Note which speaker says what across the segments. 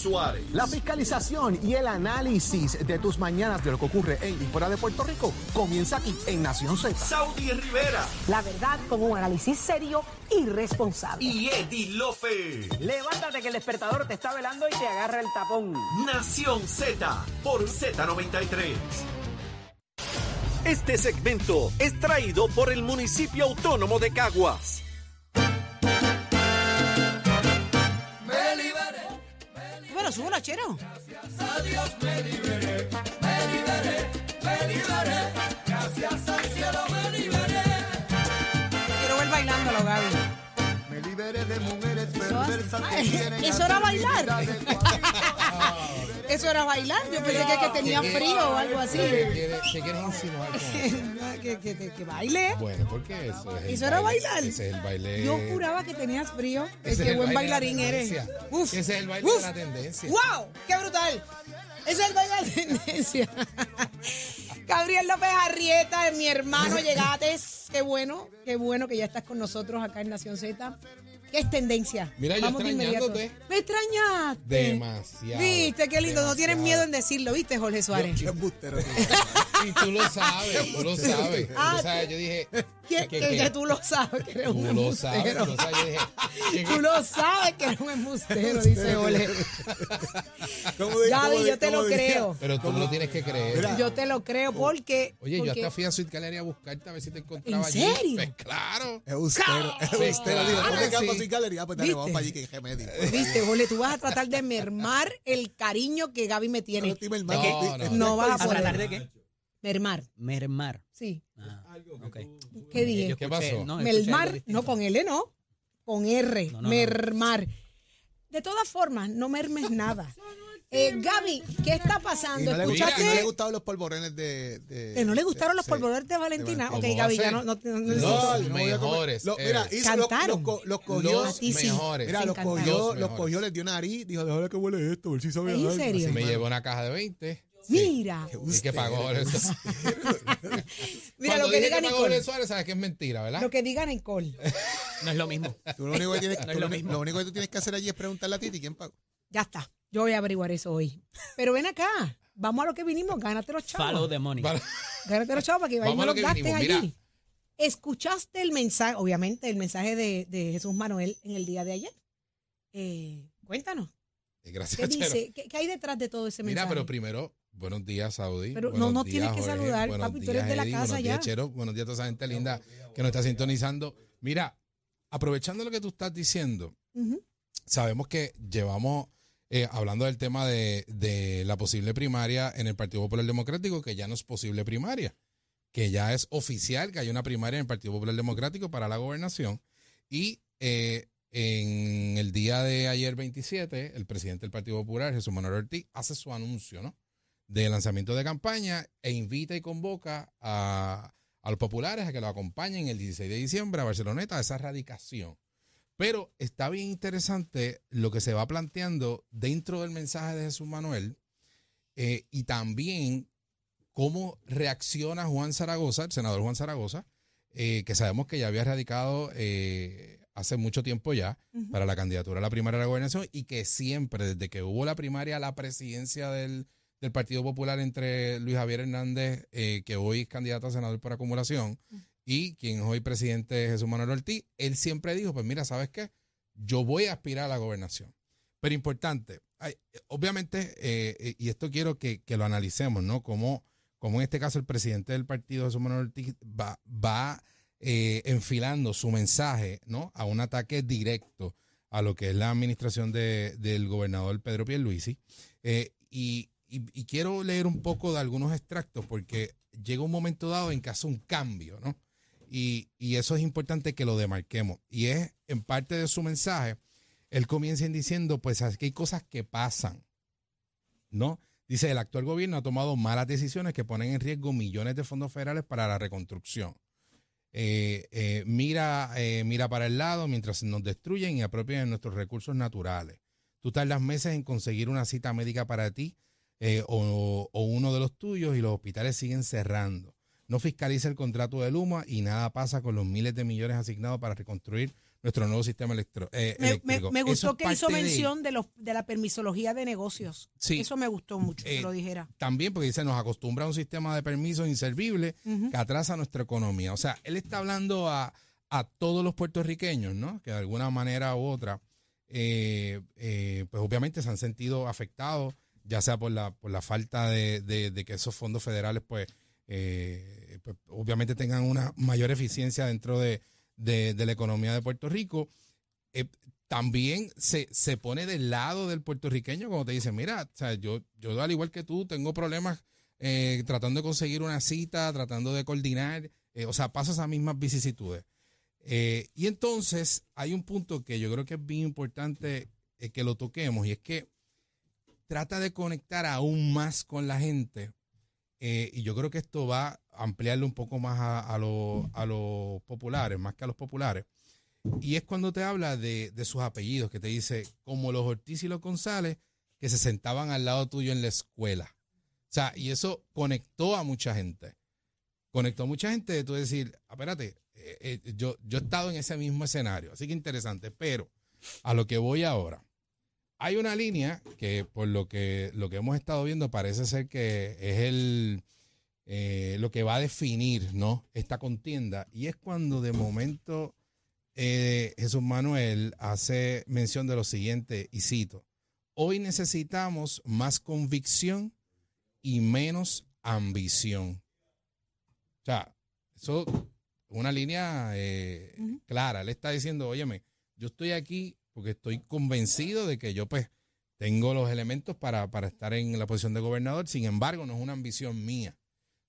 Speaker 1: Suárez.
Speaker 2: La fiscalización y el análisis de tus mañanas de lo que ocurre en y fuera de Puerto Rico comienza aquí en Nación Z.
Speaker 1: Saudi Rivera
Speaker 3: La verdad con un análisis serio y responsable.
Speaker 1: y Eddie Lofe.
Speaker 4: Levántate que el despertador te está velando y te agarra el tapón.
Speaker 1: Nación Z por Z93.
Speaker 5: Este segmento es traído por el municipio autónomo de Caguas.
Speaker 6: Bueno, súbelo, chero. Quiero ver bailándolo, Gaby.
Speaker 7: Me liberé de mujeres
Speaker 6: perversas
Speaker 7: perversas
Speaker 6: que quieren ¿Eso era hacer mi bailar? vida Eso era bailar. Yo pensé que, que tenía frío o algo así.
Speaker 7: Se quiere, se quiere insinuar con eso.
Speaker 6: que, que- que- que baile.
Speaker 7: Bueno, ¿por qué eso? Es el
Speaker 6: ¿Eso era
Speaker 7: baile-
Speaker 6: bailar?
Speaker 7: Ese es el baile.
Speaker 6: Yo juraba que tenías frío. Es
Speaker 7: Eh, Ese
Speaker 6: que
Speaker 7: es el
Speaker 6: buen
Speaker 7: baile de la
Speaker 6: bailarín eres.
Speaker 7: tendencia. Ese es el baile de la tendencia.
Speaker 6: ¡Wow! ¡Qué brutal! Ese es el baile de la tendencia. Gabriel López Arrieta, mi hermano, llegaste. Qué bueno, qué bueno que ya estás con nosotros acá en Nación Z. ¿Qué es tendencia?
Speaker 7: Mira, yo
Speaker 6: de
Speaker 7: extrañándote.
Speaker 6: inmediato. Me extrañaste.
Speaker 7: Demasiado,
Speaker 6: Viste, qué lindo. No tienes
Speaker 7: demasiado.
Speaker 6: miedo en decirlo, ¿viste, Jorge Suárez?
Speaker 8: Qué embustero. tío.
Speaker 7: Y tú lo sabes, tú lo sabes. Tú lo
Speaker 6: Ah,
Speaker 7: sabes, yo dije.
Speaker 6: Que,
Speaker 7: ¿qué,
Speaker 6: que-
Speaker 7: qué?
Speaker 6: que tú lo sabes que eres un
Speaker 7: Tú lo sabes, tú
Speaker 6: embustero.
Speaker 7: lo sabes. Yo dije. ¿qué, qué?
Speaker 6: Tú lo sabes que eres un embustero, dice Ole.
Speaker 8: ¿Cómo di-
Speaker 6: Gaby,
Speaker 8: cómo di-
Speaker 6: yo te
Speaker 8: cómo
Speaker 6: lo
Speaker 8: diría?
Speaker 6: creo.
Speaker 7: Pero tú lo tienes que creer.
Speaker 8: Mira,
Speaker 6: Yo te lo creo porque.
Speaker 7: Oye, yo
Speaker 6: porque-
Speaker 7: hasta fui a Sweet Gallery a buscarte a ver si te encontraba
Speaker 6: ¿En
Speaker 7: allí.
Speaker 6: serio?
Speaker 7: Pues claro.
Speaker 8: Es ustero,
Speaker 6: Ah,
Speaker 8: es
Speaker 7: Sí,
Speaker 8: ustero. Digo,
Speaker 7: claro,
Speaker 8: ¿dónde
Speaker 7: sí.
Speaker 8: campo sin galería? Pues dale,
Speaker 6: ¿Viste?
Speaker 8: vamos para allí que es remedio.
Speaker 6: Viste, Ole, tú vas a tratar de mermar el cariño que Gaby me
Speaker 8: No,
Speaker 6: tiene.
Speaker 8: hermano,
Speaker 7: No,
Speaker 8: estoy-
Speaker 7: no.
Speaker 8: estoy
Speaker 6: No vas a
Speaker 4: ¿A
Speaker 6: poder.
Speaker 4: tratar de qué?
Speaker 6: Mermar,
Speaker 4: Mermar.
Speaker 6: sí.
Speaker 4: Ah, ok.
Speaker 6: ¿Qué
Speaker 4: Yo
Speaker 6: dije?
Speaker 7: ¿Qué
Speaker 4: escuché-
Speaker 7: pasó?
Speaker 4: no, escuché algo
Speaker 6: Mermar,
Speaker 4: distinto.
Speaker 6: no con L, no. Con R,
Speaker 4: No, no, no.
Speaker 6: mermar. De todas formas, no mermes nada. Eh, Gaby, ¿qué está
Speaker 8: Y
Speaker 6: pasando?
Speaker 8: no le
Speaker 7: escuchaste?
Speaker 8: gustaron- y no le gustaron los polvorones de. de-
Speaker 6: Que no le gustaron
Speaker 8: de-
Speaker 6: los
Speaker 8: sí.
Speaker 6: polvorones de Valentina.
Speaker 7: ¿Cómo
Speaker 6: Ok,
Speaker 7: va a
Speaker 6: Gaby, ya
Speaker 7: ser?
Speaker 6: no, no, no-
Speaker 7: Los
Speaker 6: no-
Speaker 8: No, yo no voy a comer.
Speaker 7: mejores
Speaker 8: Lo- mira,
Speaker 7: eran.
Speaker 8: hizo los-
Speaker 6: Cantaron.
Speaker 8: los, co- los cogió.
Speaker 6: A
Speaker 7: Los
Speaker 6: ti sí.
Speaker 7: mejores.
Speaker 8: Mira,
Speaker 6: Te
Speaker 8: los
Speaker 6: encantaron.
Speaker 8: cogió,
Speaker 7: Los
Speaker 8: los
Speaker 7: mejores.
Speaker 8: cogió, les dio nariz. Dijo, déjale que huele esto, a ver si sabe
Speaker 6: ¿En
Speaker 8: algo".
Speaker 6: serio?
Speaker 7: Me llevó una caja de 20.
Speaker 6: Mira,
Speaker 8: Qué
Speaker 7: Y que
Speaker 8: ustero.
Speaker 7: pagó eso.
Speaker 6: mira lo
Speaker 7: Cuando
Speaker 6: que
Speaker 7: dije
Speaker 6: diga
Speaker 7: pagó
Speaker 6: Nicole.
Speaker 7: Jorge Suárez, sabes que es mentira, ¿verdad?
Speaker 6: Lo que diga Nicole.
Speaker 4: No es lo mismo.
Speaker 8: Tú lo único que tienes-
Speaker 4: No es
Speaker 8: tú lo
Speaker 4: lo mismo.
Speaker 8: lo único que tú tienes que hacer allí es preguntarle a Titi quién pagó.
Speaker 6: Ya está. Yo voy a averiguar eso hoy. Pero ven acá. Vamos a lo que vinimos. Gánate los
Speaker 4: Follow
Speaker 6: chavos.
Speaker 4: the money.
Speaker 7: Para-
Speaker 6: Gánate los chavos para que
Speaker 7: Vamos
Speaker 6: vayamos
Speaker 7: a
Speaker 6: los
Speaker 7: lo que
Speaker 6: gastes
Speaker 7: vinimos,
Speaker 6: allí.
Speaker 7: mira.
Speaker 6: Escuchaste el mensaje, obviamente, el mensaje de, de Jesús Manuel en el día de ayer. Eh, cuéntanos. ¿Qué
Speaker 7: Eh, Gracias, Chero.
Speaker 6: dice? ¿Qué, qué hay detrás de todo ese mensaje?
Speaker 7: Mira, pero primero, buenos días, Saudi.
Speaker 6: Pero
Speaker 7: Buenos
Speaker 6: no, no tienes que saludar,
Speaker 7: buenos
Speaker 6: papi, tú eres de la casa
Speaker 7: buenos días,
Speaker 6: ya.
Speaker 7: Chero. Buenos días a toda esa gente linda que nos está sintonizando. Mira, aprovechando lo que tú estás diciendo,
Speaker 6: Ujú.
Speaker 7: sabemos que llevamos eh, hablando del tema de, de la posible primaria en el Partido Popular Democrático, que ya no es posible primaria, que ya es oficial que hay una primaria en el Partido Popular Democrático para la gobernación. Y eh, en el día de ayer 27, el presidente del Partido Popular, Jesús Manuel Ortiz, hace su anuncio ¿no? de lanzamiento de campaña e invita y convoca a, a los populares a que lo acompañen el 16 de diciembre a Barceloneta a esa erradicación. Pero está bien interesante lo que se va planteando dentro del mensaje de Jesús Manuel eh, y también cómo reacciona Juan Zaragoza, el senador Juan Zaragoza, eh, que sabemos que ya había radicado eh, hace mucho tiempo ya
Speaker 6: Ujú.
Speaker 7: para la candidatura a la primaria de la gobernación y que siempre, desde que hubo la primaria a la presidencia del, del Partido Popular entre Luis Javier Hernández, eh, que hoy es candidato a senador por acumulación, y quien es hoy presidente es Jesús Manuel Ortiz, él siempre dijo, pues mira, ¿sabes qué? Yo voy a aspirar a la gobernación. Pero importante, hay- obviamente, eh, eh, y esto quiero que, que lo analicemos, ¿no? Como, como en este caso el presidente del partido, Jesús Manuel Ortiz, va, va eh, enfilando su mensaje, ¿no? A un ataque directo a lo que es la administración de- del gobernador Pedro Pierluisi. Eh, y, y- y quiero leer un poco de algunos extractos porque llega un momento dado en que hace un cambio, ¿no? Y, y eso es importante que lo demarquemos. Y es en parte de su mensaje, él comienza en diciendo, pues aquí hay cosas que pasan, ¿no? Dice, el actual gobierno ha tomado malas decisiones que ponen en riesgo millones de fondos federales para la reconstrucción. Eh, eh, mira, eh, mira para el lado mientras nos destruyen y apropian nuestros recursos naturales. Tú tardas meses en conseguir una cita médica para ti eh, o, o uno de los tuyos y los hospitales siguen cerrando. No fiscaliza el contrato de Luma y nada pasa con los miles de millones asignados para reconstruir nuestro nuevo sistema electro- eh,
Speaker 6: Me, me-
Speaker 7: eléctrico.
Speaker 6: me
Speaker 7: Eso
Speaker 6: gustó
Speaker 7: es
Speaker 6: que hizo
Speaker 7: parte de-
Speaker 6: mención de, los, de la permisología de negocios.
Speaker 7: Sí.
Speaker 6: Eso me gustó mucho que
Speaker 7: Eh,
Speaker 6: lo dijera.
Speaker 7: también porque dice, nos acostumbra a un sistema de permisos inservible que atrasa nuestra economía. O sea, él está hablando a, a todos los puertorriqueños, ¿no? Que de alguna manera u otra, eh, eh, pues obviamente se han sentido afectados, ya sea por la, por la falta de, de- de que esos fondos federales, pues, eh, pues, obviamente tengan una mayor eficiencia dentro de, de- de la economía de Puerto Rico. Eh, también se, se pone del lado del puertorriqueño cuando te dicen, mira, o sea, yo, yo al igual que tú tengo problemas eh, tratando de conseguir una cita, tratando de coordinar, eh, o sea, paso esas mismas vicisitudes. Eh, y entonces hay un punto que yo creo que es bien importante eh, que lo toquemos y es que trata de conectar aún más con la gente eh, y yo creo que esto va a ampliarlo un poco más a, a los- a los populares, más que a los populares. Y es cuando te habla de, de sus apellidos, que te dice, como los Ortiz y los González, que se sentaban al lado tuyo en la escuela. O sea, y eso conectó a mucha gente. Conectó a mucha gente de tú decir, "Ah, espérate, eh, eh, yo, yo he estado en ese mismo escenario, así que interesante. Pero a lo que voy ahora, hay una línea que por lo que, lo que hemos estado viendo parece ser que es el, eh, lo que va a definir ¿no? esta contienda. Y es cuando de momento eh, Jesús Manuel hace mención de lo siguiente, y cito, hoy necesitamos más convicción y menos ambición. O sea, eso es una línea eh, clara. Le está diciendo, óyeme, yo estoy aquí porque estoy convencido de que yo pues tengo los elementos para, para estar en la posición de gobernador, sin embargo, no es una ambición mía,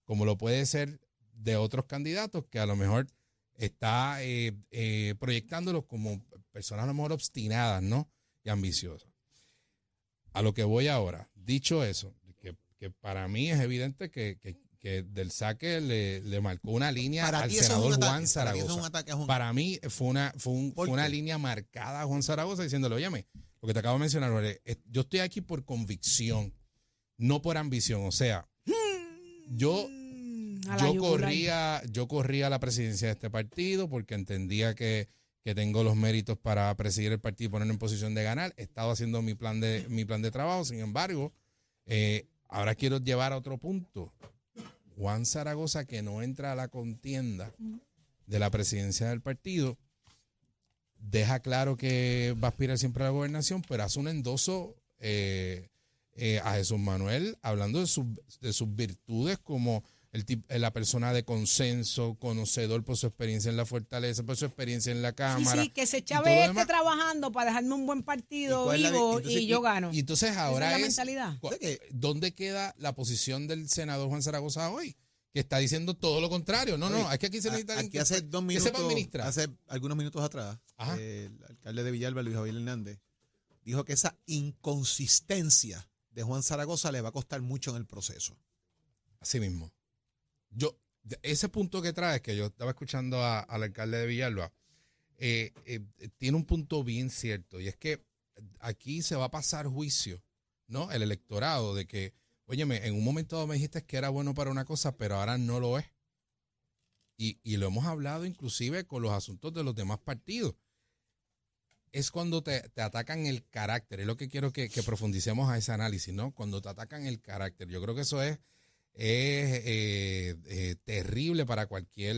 Speaker 7: como lo puede ser de otros candidatos que a lo mejor está eh, eh, proyectándolos como personas a lo mejor obstinadas, ¿no? Y ambiciosas. A lo que voy ahora, dicho eso, que, que para mí es evidente que, que- que del saque le, le marcó una línea
Speaker 8: Para
Speaker 7: al
Speaker 8: ti eso es
Speaker 7: senador Juan
Speaker 8: un ataque. Para ti
Speaker 7: Zaragoza.
Speaker 8: eso es un ataque a Juan.
Speaker 7: Para mí fue una, fue un-
Speaker 8: ¿Por
Speaker 7: fue una
Speaker 8: qué?
Speaker 7: línea marcada a Juan Zaragoza diciéndole, óyeme, lo que te acabo de mencionar, Jorge, es- yo estoy aquí por convicción, no por ambición. O sea, yo
Speaker 6: Mm, a la
Speaker 7: yo
Speaker 6: yugular.
Speaker 7: corría, yo corría a la presidencia de este partido porque entendía que, que tengo los méritos para presidir el partido y ponerme en posición de ganar. He estado haciendo mi plan de, mi plan de trabajo, sin embargo, eh, ahora quiero llevar a otro punto. Juan Zaragoza, que no entra a la contienda de la presidencia del partido, deja claro que va a aspirar siempre a la gobernación, pero hace un endoso eh, eh, a Jesús Manuel hablando de, sus- de sus virtudes como el tip- eh, la persona de consenso, conocedor por su experiencia en la fortaleza, por su experiencia en la
Speaker 6: Sí,
Speaker 7: Cámara.
Speaker 6: sí, que se
Speaker 7: y
Speaker 6: chave
Speaker 7: todo lo
Speaker 6: este
Speaker 7: demás.
Speaker 6: trabajando para dejarme un buen partido
Speaker 8: cuál es la vi-
Speaker 6: vivo
Speaker 8: entonces,
Speaker 6: y yo
Speaker 8: y-
Speaker 6: gano.
Speaker 7: Y entonces ahora
Speaker 6: la
Speaker 7: es,
Speaker 6: mentalidad.
Speaker 7: cu-
Speaker 8: O sea que-
Speaker 7: ¿dónde queda la posición del senador Juan Zaragoza hoy? Que está diciendo todo lo contrario. No, no,
Speaker 8: Oye,
Speaker 7: es que aquí se
Speaker 8: a-
Speaker 7: necesita alguien
Speaker 8: Aquí
Speaker 7: que,
Speaker 8: hace dos
Speaker 7: que
Speaker 8: minutos,
Speaker 7: sepa administrar.
Speaker 8: hace algunos minutos atrás,
Speaker 7: Ajá.
Speaker 8: eh, el alcalde de Villalba, Luis Javier Hernández, dijo que esa inconsistencia de Juan Zaragoza le va a costar mucho en el proceso.
Speaker 7: Así mismo. Yo, de- ese punto que traes, que yo estaba escuchando a- al alcalde de Villalba, eh, eh, eh, tiene un punto bien cierto, y es que aquí se va a pasar juicio, ¿no? El electorado, de que, óyeme, en un momento dado me dijiste que era bueno para una cosa, pero ahora no lo es. Y, y lo hemos hablado inclusive con los asuntos de los demás partidos. Es cuando te, te atacan el carácter, es lo que quiero que, que profundicemos a ese análisis, ¿no? Cuando te atacan el carácter. Yo creo que eso es es eh, eh, terrible para cualquier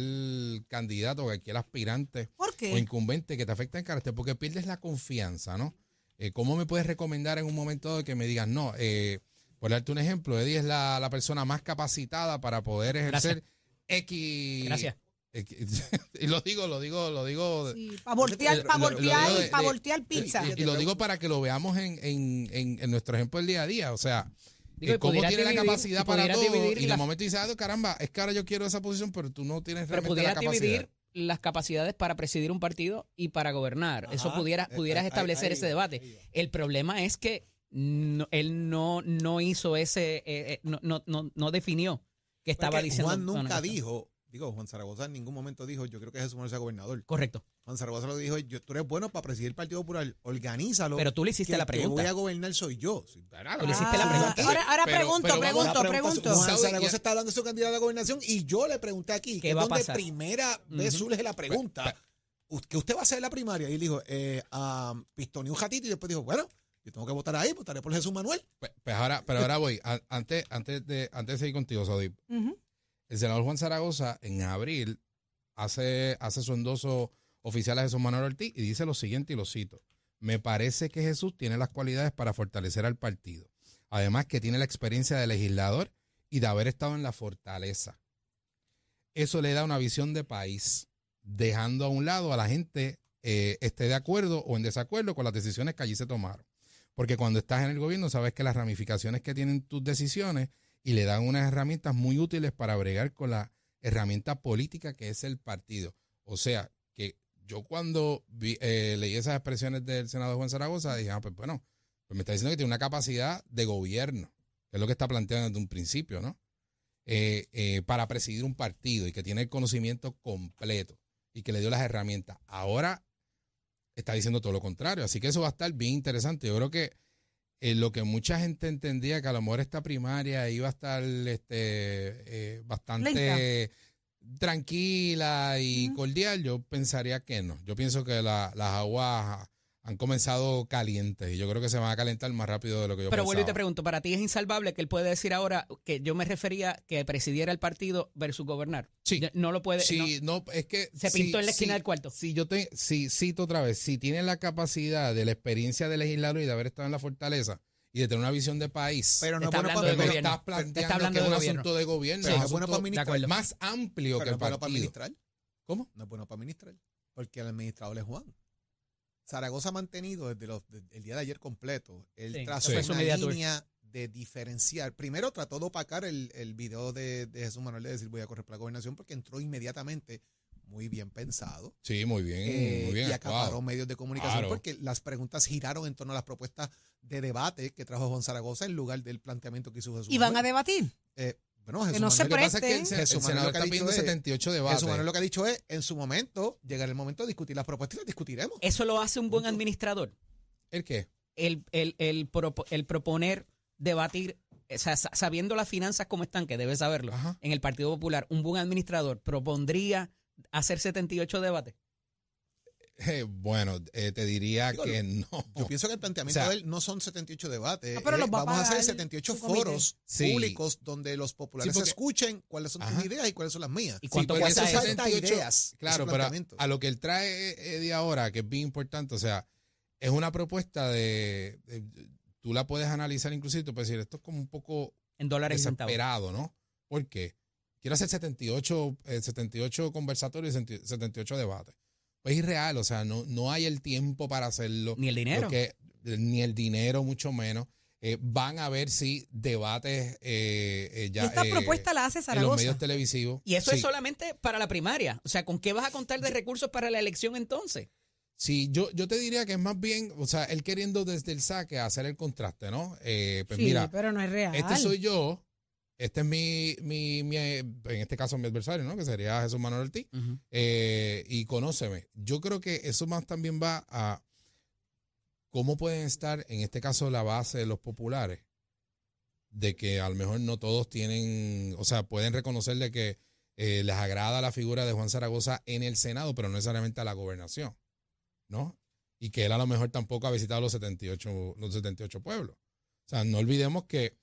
Speaker 7: candidato, cualquier aspirante
Speaker 6: ¿Por
Speaker 7: o
Speaker 6: qué?
Speaker 7: incumbente que te afecta en carácter, porque pierdes la confianza, ¿no? Eh, ¿Cómo me puedes recomendar en un momento dado que me digas, no, eh, por darte un ejemplo, Eddie es la, la persona más capacitada para poder ejercer X...
Speaker 4: Gracias.
Speaker 7: X- y lo digo, lo digo, lo digo...
Speaker 6: Sí, para voltear, para
Speaker 7: Lo- lo- lo
Speaker 6: voltear,
Speaker 7: digo de-
Speaker 6: para
Speaker 7: de-
Speaker 6: voltear pizza.
Speaker 7: Y, y lo digo para que lo veamos en, en- en- en nuestro ejemplo del día a día, o sea...
Speaker 4: Digo,
Speaker 7: eh,
Speaker 4: y
Speaker 7: ¿Cómo
Speaker 4: pudiera
Speaker 7: tiene la
Speaker 4: dividir-
Speaker 7: capacidad
Speaker 4: y
Speaker 7: para
Speaker 4: pudiera
Speaker 7: todo?
Speaker 4: dividir
Speaker 7: Y de
Speaker 4: las-
Speaker 7: momento dices, ah, no, caramba, es que ahora yo quiero esa posición, pero tú no tienes
Speaker 4: Pero
Speaker 7: realmente la
Speaker 4: pudieras
Speaker 7: capacidad.
Speaker 4: dividir las capacidades para presidir un partido y para gobernar. Eso pudiera,
Speaker 8: Eh,
Speaker 4: pudieras
Speaker 8: ahí-
Speaker 4: establecer
Speaker 8: ahí
Speaker 4: ese
Speaker 8: va,
Speaker 4: debate.
Speaker 8: ahí va.
Speaker 4: El problema es que no- él no, no hizo ese, eh, eh, no, no, no, no definió que estaba
Speaker 8: Porque
Speaker 4: diciendo.
Speaker 8: Juan
Speaker 4: no, no,
Speaker 8: nunca
Speaker 4: no, no.
Speaker 8: dijo, digo, Juan Zaragoza en ningún momento dijo, yo creo que Jesús Manuel sea gobernador.
Speaker 4: Correcto.
Speaker 8: Juan Zaragoza lo dijo, yo, tú eres bueno para presidir el Partido Popular, organízalo.
Speaker 4: Pero tú le hiciste
Speaker 8: que
Speaker 4: la
Speaker 8: el que
Speaker 4: pregunta.
Speaker 8: voy a gobernar soy yo. Sí, claro,
Speaker 4: Tú le hiciste la
Speaker 6: Ah,
Speaker 4: pregunta.
Speaker 6: Ahora, ahora
Speaker 7: Pero-
Speaker 6: pregunto,
Speaker 7: pero vamos
Speaker 6: pregunto,
Speaker 7: a
Speaker 8: La pregunta
Speaker 6: pregunto.
Speaker 8: es, Juan
Speaker 7: Saudi-
Speaker 8: Zaragoza está hablando de su candidato a la gobernación y yo le pregunté aquí,
Speaker 4: ¿Qué
Speaker 8: que es
Speaker 4: va a
Speaker 8: donde
Speaker 4: pasar?
Speaker 8: primera vez surge la pregunta. "Us- ¿qué usted va a hacer en la primaria? Y él dijo, eh, ah, pistoneó un ratito y después dijo, bueno, yo tengo que votar ahí, votaré por Jesús Manuel.
Speaker 7: Pues, pues ahora, pero ahora voy. A- Antes, antes, de, antes de seguir contigo, Saudí.
Speaker 6: Ujú.
Speaker 7: El senador Juan Zaragoza en abril hace, hace su endoso oficial a Jesús Manuel Ortiz y dice lo siguiente y lo cito. Me parece que Jesús tiene las cualidades para fortalecer al partido. Además que tiene la experiencia de legislador y de haber estado en la fortaleza. Eso le da una visión de país, dejando a un lado a la gente eh, esté de acuerdo o en desacuerdo con las decisiones que allí se tomaron. Porque cuando estás en el gobierno sabes que las ramificaciones que tienen tus decisiones y le dan unas herramientas muy útiles para bregar con la herramienta política que es el partido. O sea, que yo cuando vi- eh, leí esas expresiones del senador Juan Zaragoza, dije, ah, pues bueno, pues me está diciendo que tiene una capacidad de gobierno, que es lo que está planteando desde un principio, ¿no? Eh, eh, para presidir un partido y que tiene el conocimiento completo y que le dio las herramientas. Ahora está diciendo todo lo contrario, así que eso va a estar bien interesante. Yo creo que eh, lo que mucha gente entendía que a lo mejor esta primaria iba a estar este, eh, bastante tranquila y cordial, yo pensaría que no. Yo pienso que la- las aguas han comenzado calientes y yo creo que se van a calentar más rápido de lo que yo
Speaker 4: Pero vuelvo y te
Speaker 7: pensaba.
Speaker 4: pregunto, ¿para ti es insalvable que él puede decir ahora que yo me refería que presidiera el partido versus gobernar?
Speaker 7: Sí.
Speaker 4: Ya, No lo puede. ¿eh? no.
Speaker 7: Sí, no, es que
Speaker 4: Se
Speaker 7: sí,
Speaker 4: pintó en la esquina
Speaker 7: sí,
Speaker 4: del cuarto.
Speaker 7: Si yo te, si cito otra vez, si tiene la capacidad de la experiencia de legislador y de haber estado en la fortaleza y de tener una visión de país,
Speaker 8: Pero no
Speaker 4: Está
Speaker 8: es bueno
Speaker 4: hablando
Speaker 8: para
Speaker 7: pero
Speaker 4: de
Speaker 8: pero-
Speaker 4: gobierno.
Speaker 7: estás
Speaker 4: Te
Speaker 7: planteando
Speaker 4: está hablando
Speaker 7: que es
Speaker 4: de
Speaker 7: un
Speaker 4: gobierno.
Speaker 7: asunto de gobierno,
Speaker 8: Sí,
Speaker 7: es un
Speaker 8: es bueno
Speaker 7: asunto
Speaker 8: para administrar.
Speaker 4: De acuerdo.
Speaker 7: más amplio
Speaker 8: Pero
Speaker 7: que el
Speaker 8: no es bueno para
Speaker 7: partido.
Speaker 8: administrar.
Speaker 7: ¿Cómo?
Speaker 8: No es bueno para administrar. Porque el administrador es Juan. Zaragoza ha mantenido desde, los- desde el día de ayer completo. Él
Speaker 4: Sí,
Speaker 7: esa
Speaker 8: trazó
Speaker 7: fue
Speaker 4: su
Speaker 8: una
Speaker 4: media tour.
Speaker 8: línea de diferenciar. Primero trató de opacar el, el video de, de Jesús Manuel de decir voy a correr para la gobernación porque entró inmediatamente muy bien pensado.
Speaker 7: Sí, muy bien,
Speaker 8: eh,
Speaker 7: muy bien
Speaker 8: y acaparó
Speaker 7: actuado.
Speaker 8: medios de comunicación
Speaker 7: Claro.
Speaker 8: porque las preguntas giraron en torno a las propuestas de debate que trajo Juan Zaragoza en lugar del planteamiento que hizo Jesús
Speaker 6: Y van a
Speaker 8: Manuel.
Speaker 6: debatir.
Speaker 8: Eh, bueno, Jesús
Speaker 6: no
Speaker 8: Manuel-
Speaker 6: se
Speaker 7: Lo que pasa es que el,
Speaker 6: presten.
Speaker 7: se- el
Speaker 8: Jesús Manuel
Speaker 7: senador
Speaker 8: lo que ha
Speaker 7: está
Speaker 8: dicho
Speaker 7: pidiendo
Speaker 8: es-
Speaker 7: 78 debates.
Speaker 8: Jesús Manuel lo que ha dicho es, en su momento, llegará el momento de discutir las propuestas y las discutiremos.
Speaker 4: Eso lo hace un buen administrador.
Speaker 7: ¿El qué?
Speaker 4: El, el, el, propo- el proponer, debatir, o sea, sa- sabiendo las finanzas como están, que debe saberlo,
Speaker 7: Ajá.
Speaker 4: en el Partido Popular, un buen administrador propondría hacer 78 debates.
Speaker 7: Eh, bueno, eh, te diría
Speaker 8: Digo,
Speaker 7: que no.
Speaker 8: Yo pienso que el planteamiento
Speaker 7: O sea,
Speaker 8: de él no son 78 debates.
Speaker 6: Ah, pero
Speaker 8: es,
Speaker 6: los va a
Speaker 8: vamos a hacer
Speaker 6: pagar
Speaker 8: 78
Speaker 6: su comité.
Speaker 8: foros
Speaker 7: Sí.
Speaker 8: públicos donde los populares
Speaker 7: Sí, porque-
Speaker 8: escuchen cuáles son
Speaker 7: Ajá.
Speaker 8: tus ideas y cuáles son las mías.
Speaker 4: ¿Y cuánto
Speaker 7: porque
Speaker 4: cuesta
Speaker 7: esos
Speaker 4: eso?
Speaker 7: 78
Speaker 8: ideas,
Speaker 7: Claro,
Speaker 8: ese
Speaker 7: pero a-
Speaker 8: planteamiento.
Speaker 7: a lo que él trae eh, de ahora, que es bien importante, o sea, es una propuesta de, de- tú la puedes analizar inclusive, tú puedes decir, esto es como un poco
Speaker 4: En dólares y centavos.
Speaker 7: desesperado, ¿no? Porque quiero hacer 78, eh, 78 conversatorios y 78 debates. Pues es irreal, o sea, no, no hay el tiempo para hacerlo.
Speaker 4: Ni el dinero.
Speaker 7: Porque, eh, ni el dinero, mucho menos. Eh, van a ver si debates eh, eh, ya
Speaker 6: y esta
Speaker 7: eh,
Speaker 6: propuesta la hace
Speaker 7: en los
Speaker 6: Zaragoza.
Speaker 7: medios televisivos.
Speaker 4: Y eso
Speaker 7: Sí.
Speaker 4: es solamente para la primaria. O sea, ¿con qué vas a contar de recursos para la elección entonces?
Speaker 7: Sí, yo, yo te diría que es más bien, o sea, él queriendo desde el saque hacer el contraste, ¿no? Eh, pues
Speaker 6: sí,
Speaker 7: mira,
Speaker 6: pero no es real.
Speaker 7: este soy yo, este es mi, mi, mi, eh, en este caso mi adversario, ¿no? Que sería Jesús Manuel Ortiz, eh, y conóceme. Yo creo que eso más también va a cómo pueden estar, en este caso, la base de los populares, de que a lo mejor no todos tienen, o sea, pueden reconocerle que eh, les agrada la figura de Juan Zaragoza en el Senado, pero no necesariamente a la gobernación, ¿no? Y que él a lo mejor tampoco ha visitado los 78, los 78 pueblos. O sea, no olvidemos que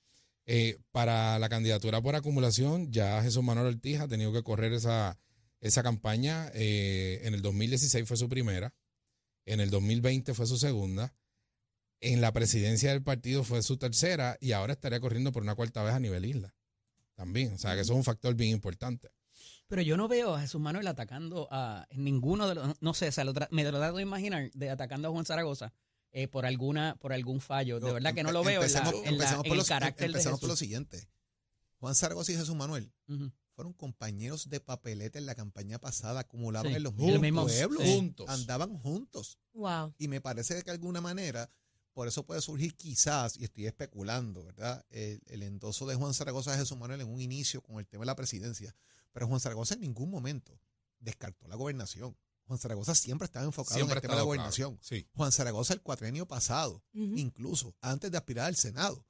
Speaker 7: eh, para la candidatura por acumulación ya Jesús Manuel Ortiz ha tenido que correr esa, esa campaña. eh, en el 2016 fue su primera, en el 2020 fue su segunda, en la presidencia del partido fue su tercera y ahora estaría corriendo por una cuarta vez a nivel isla. También, o sea, que eso es un factor bien importante.
Speaker 4: Pero yo no veo a Jesús Manuel atacando a ninguno de los, no sé, o sea, lo tra- me lo trato de imaginar de atacando a Juan Zaragoza eh, por alguna, por algún fallo. De verdad que no lo veo en, la-
Speaker 8: Empecemos-
Speaker 4: en la-
Speaker 8: empecemos
Speaker 4: en
Speaker 8: por
Speaker 4: el
Speaker 8: los- em,
Speaker 4: carácter de
Speaker 8: empecemos por lo
Speaker 4: Jesús.
Speaker 8: siguiente. Juan Zaragoza y Jesús Manuel
Speaker 4: Ujú.
Speaker 8: fueron compañeros de papeleta en la campaña pasada, acumulaban
Speaker 4: Sí,
Speaker 8: en los
Speaker 4: en
Speaker 8: mismos
Speaker 4: los mismos-
Speaker 8: pueblos.
Speaker 4: sí.
Speaker 7: Juntos.
Speaker 8: Andaban juntos.
Speaker 6: Wow.
Speaker 8: Y me parece que de alguna manera, por eso puede surgir quizás, y estoy especulando, ¿verdad? El, el endoso de Juan Zaragoza a Jesús Manuel en un inicio con el tema de la presidencia. Pero Juan Zaragoza en ningún momento descartó la gobernación. Juan Zaragoza siempre estaba enfocado en
Speaker 7: Siempre
Speaker 8: el
Speaker 7: está
Speaker 8: tema de la gobernación.
Speaker 7: Sí.
Speaker 8: Juan Zaragoza el cuatrenio pasado,
Speaker 6: Ujú.
Speaker 8: incluso antes de aspirar al Senado,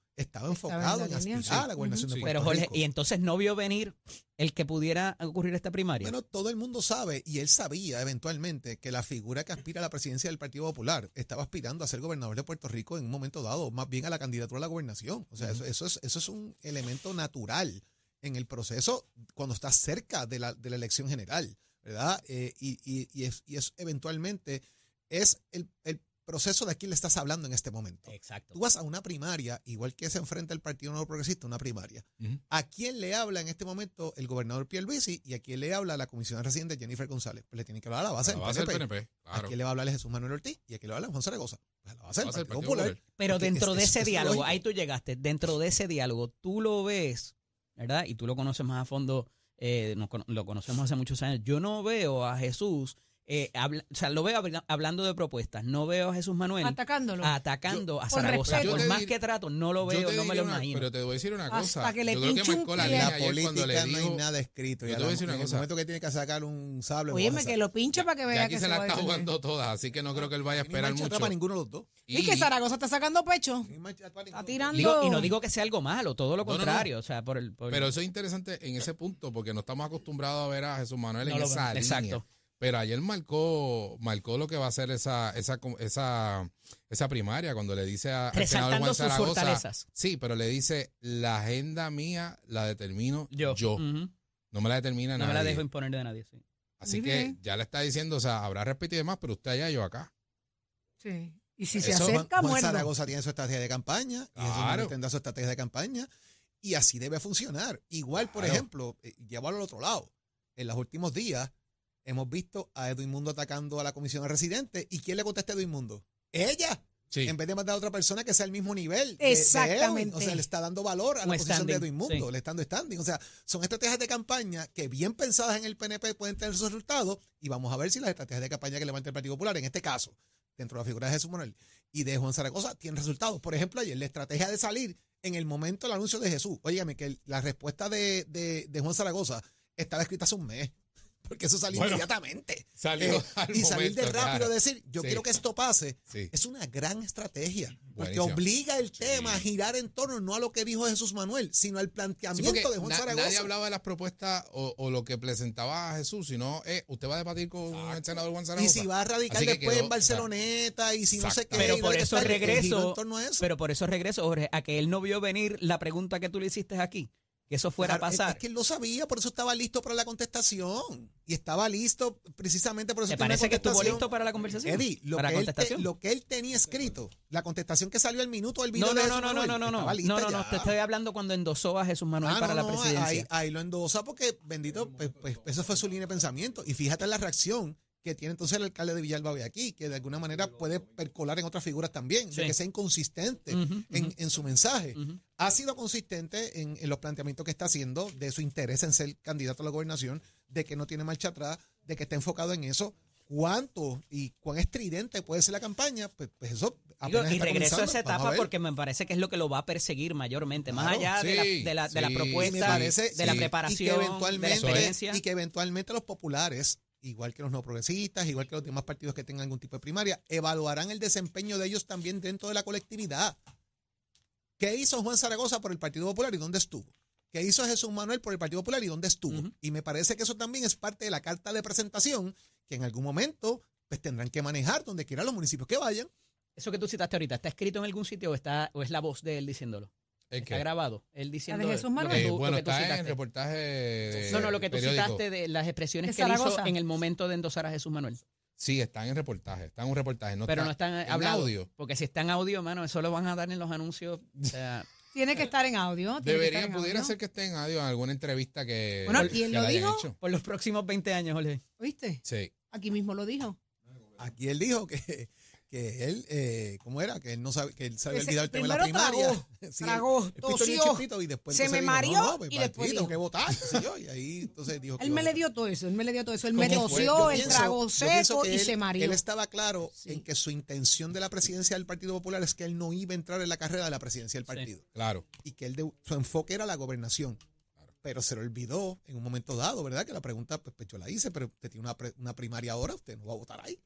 Speaker 6: Estaba
Speaker 8: estaba
Speaker 6: en
Speaker 8: enfocado
Speaker 6: la
Speaker 8: en,
Speaker 6: línea.
Speaker 8: aspirar a la
Speaker 6: Sí.
Speaker 8: gobernación de
Speaker 7: Ujú.
Speaker 8: Puerto
Speaker 4: Pero Jorge,
Speaker 8: Rico.
Speaker 4: y entonces no vio venir el que pudiera ocurrir esta primaria.
Speaker 8: Bueno, todo el mundo sabe y él sabía eventualmente que la figura que aspira a la presidencia del Partido Popular estaba aspirando a ser gobernador de Puerto Rico en un momento dado, más bien a la candidatura a la gobernación. O sea, eso, eso es, eso es un elemento natural en el proceso cuando estás cerca de la, de la elección general, ¿verdad? Eh, y, y- y es, y es eventualmente es el, el proceso de aquí le estás hablando en este momento.
Speaker 4: Exacto.
Speaker 8: Tú vas a una primaria, igual que se enfrenta el Partido Nuevo Progresista, una primaria.
Speaker 7: Ujú.
Speaker 8: ¿A quién le habla en este momento el gobernador Pierluisi y a quién le habla la comisionada reciente Jennifer González? Pues le tiene que hablar a la base
Speaker 7: La
Speaker 8: del
Speaker 7: base del
Speaker 8: PNP.
Speaker 7: PNP,
Speaker 8: ¿A
Speaker 7: claro.
Speaker 8: quién le va a hablar Jesús Manuel Ortiz y a quién le va a hablar Juan Zaragoza? Pues a la base,
Speaker 7: La base
Speaker 8: del Partido Popular.
Speaker 4: Pero
Speaker 8: Porque
Speaker 4: dentro
Speaker 8: es-
Speaker 4: de
Speaker 8: es-
Speaker 4: ese
Speaker 8: es
Speaker 4: diálogo,
Speaker 8: lógico.
Speaker 4: ahí tú llegaste, dentro de ese diálogo, tú lo ves, ¿verdad? Y tú lo conoces más a fondo, eh, nos cono- lo conocemos hace muchos años. Yo no veo a Jesús, eh, habla- o sea, lo veo habla- hablando de propuestas, no veo a Jesús Manuel
Speaker 6: Atacándolo.
Speaker 4: atacando a
Speaker 6: Con
Speaker 4: Zaragoza.
Speaker 6: respeto.
Speaker 4: Por
Speaker 7: Yo te
Speaker 4: más
Speaker 7: dir-
Speaker 4: que trato, no lo
Speaker 7: Yo
Speaker 4: veo,
Speaker 7: te
Speaker 4: no me
Speaker 7: diré
Speaker 4: lo
Speaker 7: una-
Speaker 4: imagino.
Speaker 7: Pero te voy a decir una
Speaker 6: Hasta
Speaker 7: cosa.
Speaker 6: que le
Speaker 7: yo creo
Speaker 6: pinche
Speaker 7: que
Speaker 6: un
Speaker 7: marcó la
Speaker 6: pie.
Speaker 7: línea
Speaker 8: La
Speaker 7: ayer cuando le
Speaker 8: política
Speaker 7: dijo.
Speaker 8: no hay nada escrito.
Speaker 7: Yo
Speaker 8: Ya
Speaker 7: te voy a
Speaker 8: la-
Speaker 7: decir una
Speaker 8: en
Speaker 7: cosa.
Speaker 8: el momento que tiene que sacar un sable.
Speaker 6: Óyeme,
Speaker 8: vas a
Speaker 6: que
Speaker 8: sacar.
Speaker 6: lo pinche para que
Speaker 7: Ya
Speaker 6: vea
Speaker 7: aquí
Speaker 6: que
Speaker 7: se la
Speaker 6: va a
Speaker 7: está
Speaker 6: defender.
Speaker 7: jugando todas, así que no creo que él vaya a
Speaker 8: Ni
Speaker 7: esperar
Speaker 8: marcha
Speaker 7: mucho.
Speaker 8: atrás para ninguno de los dos.
Speaker 6: Y que Zaragoza está sacando pecho.
Speaker 8: Ni marcha atrás para
Speaker 6: Está
Speaker 8: ninguno de los dos.
Speaker 6: tirando.
Speaker 4: Digo- y no digo que sea algo malo, todo lo
Speaker 7: No, no, no.
Speaker 4: contrario. O sea, por el. por-
Speaker 7: Pero eso es interesante en ese punto, porque no estamos acostumbrados a ver a Jesús Manuel
Speaker 4: No
Speaker 7: en
Speaker 4: lo
Speaker 7: esa
Speaker 4: vemos,
Speaker 7: línea.
Speaker 4: exacto.
Speaker 7: Pero ayer marcó, marcó lo que va a ser esa, esa, esa, esa primaria cuando le dice a, al senador
Speaker 4: resaltando
Speaker 7: Juan
Speaker 4: sus
Speaker 7: Zaragoza.
Speaker 4: fortalezas.
Speaker 7: Sí, pero le dice, la agenda mía la determino yo.
Speaker 4: Ujú.
Speaker 7: No me la determina
Speaker 4: Mm. No me
Speaker 7: nadie.
Speaker 4: la dejo imponer de nadie. sí.
Speaker 7: Así
Speaker 6: Muy
Speaker 7: que
Speaker 6: bien.
Speaker 7: ya le está diciendo, o sea, habrá respeto y demás, pero usted allá, yo acá.
Speaker 6: Sí. Y si se
Speaker 7: Eso,
Speaker 8: Juan,
Speaker 6: acerca,
Speaker 8: Juan
Speaker 6: muerto.
Speaker 8: Zaragoza tiene su estrategia de campaña y Jesús
Speaker 7: Claro.
Speaker 8: Manuel tendrá su estrategia de campaña y así debe funcionar. Igual, por
Speaker 7: Claro.
Speaker 8: ejemplo, eh, llévalo al otro lado. En los últimos días hemos visto a Edwin Mundo atacando a la comisión residente y ¿quién le contesta a Edwin Mundo? Ella.
Speaker 7: Sí.
Speaker 8: En vez de mandar a otra persona que sea al mismo nivel. de- de Edwin.
Speaker 6: Exactamente.
Speaker 8: o sea, le está dando valor a
Speaker 4: Un
Speaker 8: la posición
Speaker 4: standing,
Speaker 8: de Edwin Mundo,
Speaker 4: sí.
Speaker 8: le está dando standing. O sea, son estrategias de campaña que bien pensadas en el PNP pueden tener sus resultados y vamos a ver si las estrategias de campaña que levanta el Partido Popular, en este caso, dentro de la figura de Jesús Manuel y de Juan Zaragoza, tienen resultados. Por ejemplo, ayer la estrategia de salir en el momento del anuncio de Jesús. Óigame, que el- la respuesta de, de- de Juan Zaragoza estaba escrita hace un mes. Porque eso salió
Speaker 7: Bueno,
Speaker 8: inmediatamente. Eh,
Speaker 7: salió al
Speaker 8: y salir
Speaker 7: momento,
Speaker 8: de rápido
Speaker 7: claro.
Speaker 8: a decir, yo
Speaker 7: Sí.
Speaker 8: quiero que esto pase,
Speaker 7: Sí.
Speaker 8: es una gran estrategia. Porque
Speaker 7: Buenísimo.
Speaker 8: obliga el tema
Speaker 7: Sí.
Speaker 8: a girar en torno no a lo que dijo Jesús Manuel, sino al
Speaker 7: Sí,
Speaker 8: planteamiento
Speaker 7: porque
Speaker 8: de Juan
Speaker 7: na-
Speaker 8: Zaragoza.
Speaker 7: nadie hablaba de las propuestas o, o lo que presentaba a Jesús, sino eh, usted va a debatir con el senador Juan Zaragoza.
Speaker 8: y si va a radicar
Speaker 7: Así que
Speaker 8: después
Speaker 7: quedó-
Speaker 8: en Barceloneta y si no sé
Speaker 7: Exacto.
Speaker 8: qué.
Speaker 4: Pero
Speaker 8: y
Speaker 4: por
Speaker 8: dónde
Speaker 4: eso
Speaker 8: está, el- el giro
Speaker 4: regreso.
Speaker 8: en torno a eso.
Speaker 4: Pero por eso regreso, Jorge, a que él no vio venir la pregunta que tú le hiciste aquí. Que eso fuera
Speaker 8: Claro,
Speaker 4: a
Speaker 8: es-
Speaker 4: pasar.
Speaker 8: Es que él lo sabía, por eso estaba listo para la contestación. Y estaba listo precisamente por eso.
Speaker 4: ¿Te
Speaker 8: tiene una
Speaker 4: parece que estuvo
Speaker 8: contestación.
Speaker 4: listo para la conversación?
Speaker 8: Eddie, lo,
Speaker 4: para
Speaker 8: que
Speaker 4: la
Speaker 8: él te-
Speaker 4: contestación.
Speaker 8: lo que él tenía escrito, la contestación que salió al minuto del video
Speaker 4: no,
Speaker 8: de
Speaker 4: no,
Speaker 8: Jesús
Speaker 4: no, no, no,
Speaker 8: Manuel,
Speaker 4: no, no,
Speaker 8: estaba
Speaker 4: no,
Speaker 8: lista
Speaker 4: no, no, no,
Speaker 8: ya.
Speaker 4: te estoy hablando cuando endosó a Jesús Manuel
Speaker 8: Ah,
Speaker 4: para
Speaker 8: no,
Speaker 4: la
Speaker 8: no,
Speaker 4: presidencia.
Speaker 8: Ahí, ahí lo endosa porque, bendito, pues, pues, esa fue su línea de pensamiento. Y fíjate la reacción que tiene entonces el alcalde de Villalba hoy aquí, que de alguna manera puede percolar en otras figuras también,
Speaker 4: Sí.
Speaker 8: de que sea inconsistente
Speaker 4: Ujú,
Speaker 8: en,
Speaker 4: ujú.
Speaker 8: en su mensaje.
Speaker 4: Ujú.
Speaker 8: Ha sido consistente en, en los planteamientos que está haciendo de su interés en ser candidato a la gobernación, de que no tiene marcha atrás, de que está enfocado en eso. ¿Cuánto y cuán estridente puede ser la campaña? Pues, pues eso
Speaker 4: Digo,
Speaker 8: apenas
Speaker 4: y
Speaker 8: está
Speaker 4: regreso a
Speaker 8: comenzando.
Speaker 4: esa
Speaker 8: Vamos a
Speaker 4: etapa
Speaker 8: ver.
Speaker 4: porque me parece que es lo que lo va a perseguir mayormente, más
Speaker 8: Claro,
Speaker 4: allá de, la,
Speaker 7: sí,
Speaker 4: de, la, de la
Speaker 7: sí,
Speaker 8: Y me
Speaker 4: propuesta,
Speaker 8: parece
Speaker 4: de la
Speaker 8: sí, y
Speaker 4: preparación,
Speaker 8: que
Speaker 4: de la
Speaker 8: eventualmente,
Speaker 4: experiencia.
Speaker 8: y que eventualmente los populares igual que los no progresistas igual que los demás partidos que tengan algún tipo de primaria evaluarán el desempeño de ellos también dentro de la colectividad ¿qué hizo Juan Zaragoza por el Partido Popular y dónde estuvo? ¿qué hizo Jesús Manuel por el Partido Popular y dónde estuvo?
Speaker 4: Ujú.
Speaker 8: y me parece que eso también es parte de la carta de presentación que en algún momento pues tendrán que manejar donde quieran los municipios que vayan
Speaker 4: Eso que tú citaste ahorita, ¿está escrito en algún sitio o, está, o es la voz de él diciéndolo?
Speaker 7: Es
Speaker 4: Está
Speaker 7: que-
Speaker 4: grabado, él diciendo
Speaker 6: Jesús
Speaker 4: lo que
Speaker 6: Manuel?
Speaker 4: tú-
Speaker 7: Eh,
Speaker 4: lo
Speaker 7: bueno,
Speaker 4: que tú
Speaker 7: está en
Speaker 4: citaste.
Speaker 7: el reportaje. de-
Speaker 4: No, no, lo que tú
Speaker 7: periódico.
Speaker 4: citaste de las expresiones
Speaker 6: De
Speaker 4: que él hizo
Speaker 6: Zaragoza.
Speaker 4: en el momento de endosar a Jesús Manuel.
Speaker 7: Sí, está en reportaje, está en un reportaje. No
Speaker 4: pero
Speaker 7: está
Speaker 4: no están
Speaker 7: en
Speaker 4: hablando.
Speaker 7: audio.
Speaker 4: Porque si están audio, mano, eso lo van a dar en los anuncios. o sea,
Speaker 6: Tiene que estar en audio. tiene que
Speaker 7: Debería,
Speaker 6: estar en
Speaker 7: pudiera
Speaker 6: audio.
Speaker 7: ser que esté en audio en alguna entrevista que.
Speaker 6: Bueno,
Speaker 7: que
Speaker 6: aquí él
Speaker 7: le
Speaker 6: lo
Speaker 7: hayan
Speaker 6: dijo.
Speaker 7: hecho.
Speaker 4: por los próximos 20 años, Jorge.
Speaker 6: ¿Oíste?
Speaker 7: Sí.
Speaker 6: Aquí mismo lo dijo.
Speaker 8: Aquí él dijo que, que él, eh, ¿cómo era? Que él no sabe, que él se había
Speaker 6: Que se-
Speaker 8: olvidado el tema de la
Speaker 6: primero
Speaker 8: primaria.
Speaker 6: tragó, tragó,
Speaker 8: el- el pito le dio
Speaker 6: tosió,
Speaker 8: chupito y después
Speaker 6: se
Speaker 8: entonces
Speaker 6: me
Speaker 8: dijo,
Speaker 6: mareó
Speaker 8: pues,
Speaker 6: y después
Speaker 8: Martín,
Speaker 6: dijo.
Speaker 8: tengo que votar, qué sé yo, y ahí entonces dijo que
Speaker 6: Él
Speaker 8: iba
Speaker 6: me
Speaker 8: a
Speaker 6: le
Speaker 8: votar.
Speaker 6: dio todo eso, él me le dio todo eso. Él me
Speaker 7: ¿Cómo fue?
Speaker 6: tosió,
Speaker 8: Yo
Speaker 6: él
Speaker 8: pienso-
Speaker 6: tragó
Speaker 8: yo pienso
Speaker 6: seco
Speaker 8: que
Speaker 6: y
Speaker 8: él-
Speaker 6: se mareó.
Speaker 8: Él estaba claro
Speaker 6: Sí.
Speaker 8: en que su intención de la presidencia del Partido Popular es que él no iba a entrar en la carrera de la presidencia del partido
Speaker 7: Claro.
Speaker 8: y que él de- su enfoque era la gobernación. Pero se lo olvidó en un momento dado, ¿verdad? Que la pregunta, pues, pues, yo la hice, pero usted tiene una, pre- una primaria ahora, usted no va a votar ahí.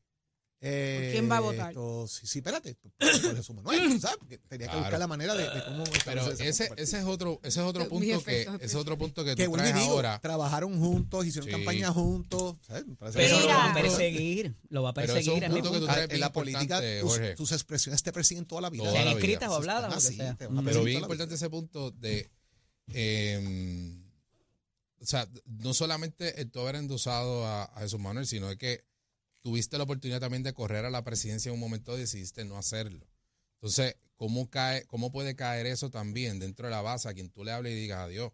Speaker 8: Eh,
Speaker 6: quién va a votar?
Speaker 8: esto- sí, sí, espérate, pues, por por Jesús Manuel, ¿sabes? Porque tenía que
Speaker 7: Claro.
Speaker 8: buscar la manera de, de cómo
Speaker 7: Pero
Speaker 8: establecer esa
Speaker 7: ese,
Speaker 8: compartida.
Speaker 7: ese es otro, ese es otro
Speaker 6: Mis
Speaker 7: punto que,
Speaker 6: efectos
Speaker 7: ese es otro punto que
Speaker 8: que
Speaker 7: tú
Speaker 8: vuelvo y
Speaker 7: traes
Speaker 8: digo,
Speaker 7: ahora.
Speaker 8: trabajaron juntos, hicieron
Speaker 7: Sí.
Speaker 8: campaña juntos. ¿sabes? Me parece
Speaker 4: Pero
Speaker 8: que-
Speaker 4: lo va a
Speaker 6: Mira.
Speaker 4: perseguir, lo va a
Speaker 7: Pero eso es un
Speaker 4: perseguir. es mi
Speaker 7: punto que tú
Speaker 4: punto.
Speaker 8: Ah,
Speaker 7: traes
Speaker 8: en la
Speaker 7: bien
Speaker 8: política,
Speaker 7: importante,
Speaker 8: tus,
Speaker 7: Jorge.
Speaker 8: tus expresiones te persiguen toda la vida.
Speaker 7: Toda
Speaker 4: Sean
Speaker 7: la vida.
Speaker 4: escritas o habladas,
Speaker 8: Ah,
Speaker 4: o lo que
Speaker 8: sí,
Speaker 4: sea.
Speaker 8: te van a
Speaker 4: Mm.
Speaker 7: Pero bien
Speaker 8: perseguir toda la vida.
Speaker 7: importante ese punto de. eh, o sea, no solamente el tú haber endosado a, a Jesús Manuel, sino de que tuviste la oportunidad también de correr a la presidencia en un momento y decidiste no hacerlo. Entonces, ¿cómo, cae, ¿cómo puede caer eso también dentro de la base a quien tú le hables y digas adiós?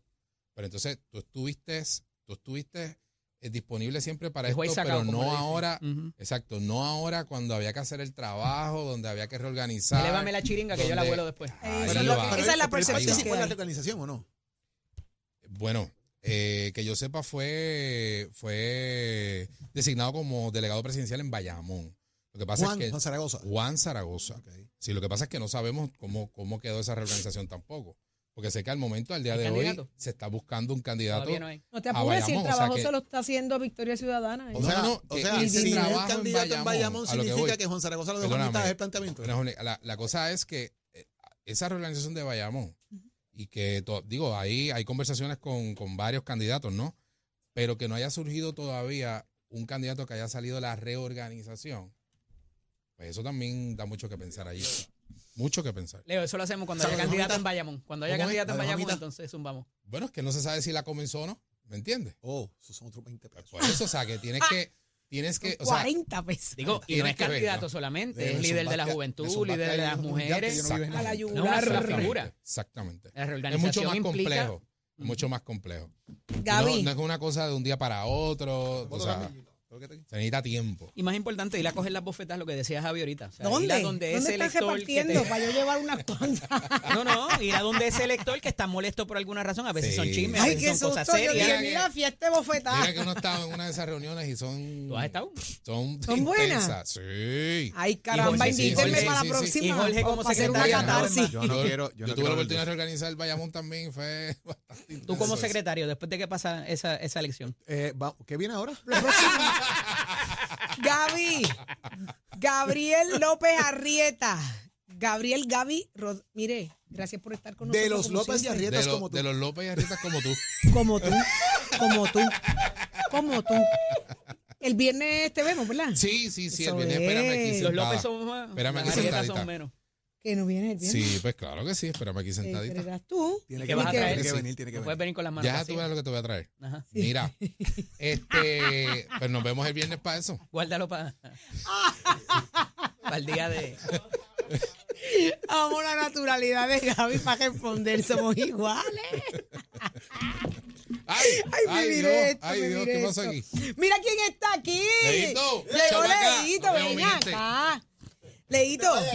Speaker 7: Pero entonces, tú estuviste, tú estuviste eh, disponible siempre para
Speaker 4: Dejó ahí
Speaker 7: esto,
Speaker 4: sacado,
Speaker 7: pero
Speaker 4: como le
Speaker 7: no
Speaker 4: dicen.
Speaker 7: ahora.
Speaker 4: Ujú.
Speaker 7: Exacto, no ahora cuando había que hacer el trabajo, donde había que reorganizar.
Speaker 4: Elévame la chiringa que yo la
Speaker 7: ¿Dónde? Ah,
Speaker 4: vuelo después.
Speaker 7: Ahí
Speaker 6: Eso es lo
Speaker 7: va.
Speaker 6: que- esa es la
Speaker 8: Pero él
Speaker 6: percepción
Speaker 8: participó
Speaker 6: que
Speaker 8: en la
Speaker 6: hay.
Speaker 8: organización o no?
Speaker 7: Bueno, eh, que yo sepa fue, fue designado como delegado presidencial en Bayamón. Lo que pasa
Speaker 8: Juan,
Speaker 7: es que
Speaker 8: Juan Zaragoza.
Speaker 7: Juan Zaragoza.
Speaker 8: Ok.
Speaker 7: Sí, lo que pasa es que no sabemos cómo, cómo quedó esa reorganización tampoco. Porque sé que al momento, al día
Speaker 4: ¿Hay
Speaker 7: de hoy,
Speaker 4: candidato?
Speaker 7: se está buscando un candidato.
Speaker 4: Todavía no hay.
Speaker 6: No te
Speaker 7: Ah,
Speaker 6: apures si el
Speaker 7: vayamos, o sea
Speaker 6: trabajo
Speaker 7: que-
Speaker 6: se lo está haciendo Victoria Ciudadana. ¿eh?
Speaker 8: O sea,
Speaker 7: No, no,
Speaker 8: o
Speaker 7: que
Speaker 8: sea
Speaker 7: ese
Speaker 8: si el
Speaker 7: trabajo en
Speaker 8: candidato en Bayamón
Speaker 7: Bayamón, a lo que
Speaker 8: significa
Speaker 7: voy.
Speaker 8: que, Juan Zaragoza lo dejó a
Speaker 7: Perdóname.
Speaker 8: mitad es
Speaker 9: este
Speaker 8: el planteamiento.
Speaker 7: Bueno, Juli, La, la cosa es que eh, esa reorganización de Bayamón y que, to- digo, ahí hay conversaciones con, con varios candidatos, ¿no? Pero que no haya surgido todavía un candidato que haya salido de la reorganización, pues eso también da mucho que pensar ahí. Mucho que pensar.
Speaker 4: Leo, eso lo hacemos cuando haya
Speaker 8: Sábado,
Speaker 4: candidato
Speaker 8: mamita.
Speaker 4: en Bayamón. Cuando haya
Speaker 8: ¿Cómo es?
Speaker 4: candidato en
Speaker 8: Sábado,
Speaker 4: Bayamón,
Speaker 8: mamita.
Speaker 4: entonces zumbamos.
Speaker 7: Bueno, es que no se sabe si la comenzó o no, ¿me entiendes?
Speaker 8: Oh, esos son otros 20
Speaker 7: Pues
Speaker 8: pesos.
Speaker 7: por eso, o sea, que tienes que, tienes que, o sea,
Speaker 6: 40 pesos.
Speaker 4: Digo, y no
Speaker 7: Tienes
Speaker 4: es
Speaker 7: que ver,
Speaker 4: candidato
Speaker 7: ¿no?
Speaker 4: solamente,
Speaker 8: De
Speaker 4: es líder de
Speaker 8: Nelson
Speaker 4: la
Speaker 8: Vázquez-
Speaker 4: juventud,
Speaker 8: Nelson
Speaker 4: líder de
Speaker 8: Vázquez
Speaker 4: las
Speaker 8: es un gigante,
Speaker 4: mujeres.
Speaker 8: yo no vivo en
Speaker 6: A la yugular.
Speaker 8: gente.
Speaker 4: No, esa
Speaker 7: exactamente,
Speaker 4: figura.
Speaker 7: Exactamente.
Speaker 4: La
Speaker 7: Es mucho
Speaker 4: reorganización
Speaker 7: más
Speaker 4: implica
Speaker 7: complejo, es mucho más complejo.
Speaker 6: Gaby.
Speaker 7: No, no es una cosa de un día para otro. O
Speaker 8: Otro
Speaker 7: sea,
Speaker 8: cambio. Creo que te-
Speaker 7: se necesita tiempo.
Speaker 4: Y más importante, ir a coger las bofetas, lo que decía Javi ahorita. O sea, ir a
Speaker 6: ¿Dónde?
Speaker 4: donde
Speaker 6: ¿Dónde
Speaker 4: ese
Speaker 6: están
Speaker 4: elector que
Speaker 6: repartiendo
Speaker 4: te-
Speaker 6: para yo llevar unas cuantas?
Speaker 4: No, no, ir a donde ese elector que está molesto por alguna razón. A veces
Speaker 7: Sí.
Speaker 4: son chismes, a
Speaker 6: Ay,
Speaker 4: veces
Speaker 6: qué
Speaker 4: son
Speaker 6: susto.
Speaker 4: cosas
Speaker 6: yo dije,
Speaker 4: serias.
Speaker 6: mira, fiesta de bofetada.
Speaker 7: Mira que uno estaba en una de esas reuniones y son.
Speaker 4: Ah. ¿Tú has estado?
Speaker 7: Son,
Speaker 6: ¿Son
Speaker 7: intensas.
Speaker 6: buenas?
Speaker 7: Sí.
Speaker 6: Ay, caramba,
Speaker 4: Jorge, sí,
Speaker 6: invítenme
Speaker 4: Jorge,
Speaker 6: para
Speaker 7: sí,
Speaker 6: la
Speaker 7: sí.
Speaker 6: próxima.
Speaker 4: Y Jorge como
Speaker 6: o para hacer una
Speaker 4: secretario,
Speaker 8: no,
Speaker 6: catarsis.
Speaker 8: Yo no quiero. Yo
Speaker 7: tuve
Speaker 8: no quiero
Speaker 7: la oportunidad de
Speaker 8: verlos.
Speaker 7: organizar el Bayamón también y fue bastante
Speaker 4: Tú
Speaker 7: intenso
Speaker 4: como
Speaker 7: eso.
Speaker 4: secretario, después de que pasa esa, esa elección.
Speaker 7: Ah,
Speaker 8: Eh, va- ¿Qué viene ahora?
Speaker 6: Gaby. Gabriel López Arrieta. Gabriel Gaby, Rod- mire, gracias por estar con
Speaker 8: De
Speaker 6: nosotros.
Speaker 8: los
Speaker 6: como
Speaker 8: López y
Speaker 6: siempre.
Speaker 7: De,
Speaker 8: Arrietas
Speaker 7: lo-
Speaker 8: como tú.
Speaker 7: de los López y Arrietas como tú.
Speaker 6: Como tú, como tú, como tú. El viernes te vemos, ¿verdad?
Speaker 7: Sí, sí, sí.
Speaker 6: Eso
Speaker 7: El viernes, espérame aquí.
Speaker 6: es.
Speaker 4: Los
Speaker 7: sentada.
Speaker 4: López son más,
Speaker 7: Espérame
Speaker 4: las
Speaker 7: aquí
Speaker 4: Arrietas
Speaker 7: sentadita.
Speaker 4: son menos.
Speaker 6: Que no vienes el viernes.
Speaker 7: Sí, pues claro que sí. Espérame aquí
Speaker 6: Te
Speaker 7: sentadita.
Speaker 6: enterarás tú.
Speaker 8: Tiene
Speaker 4: ¿Qué vas a
Speaker 8: venir,
Speaker 4: traer?
Speaker 8: tiene que venir, tiene que
Speaker 4: No puedes
Speaker 8: venir.
Speaker 4: venir con las manos
Speaker 7: Ya tú
Speaker 4: vacías.
Speaker 7: verás lo que te voy a traer.
Speaker 4: Ajá.
Speaker 7: Mira. Este. Pues nos vemos el viernes para eso.
Speaker 4: Guárdalo para el día de...
Speaker 6: Amo la naturalidad de Gaby para responder, somos iguales.
Speaker 7: ¡Ay!
Speaker 6: Ay, me
Speaker 7: Dios!
Speaker 6: miré esto,
Speaker 7: ¡Ay,
Speaker 6: me
Speaker 7: Dios!
Speaker 6: miré
Speaker 7: ¿Qué pasa
Speaker 6: esto.
Speaker 7: aquí?
Speaker 6: Mira quién está aquí.
Speaker 7: Leito,
Speaker 6: Llegó
Speaker 7: chama acá.
Speaker 6: Leito,
Speaker 7: Nos vemos,
Speaker 6: ven
Speaker 7: mi gente.
Speaker 6: acá. Leito.
Speaker 9: No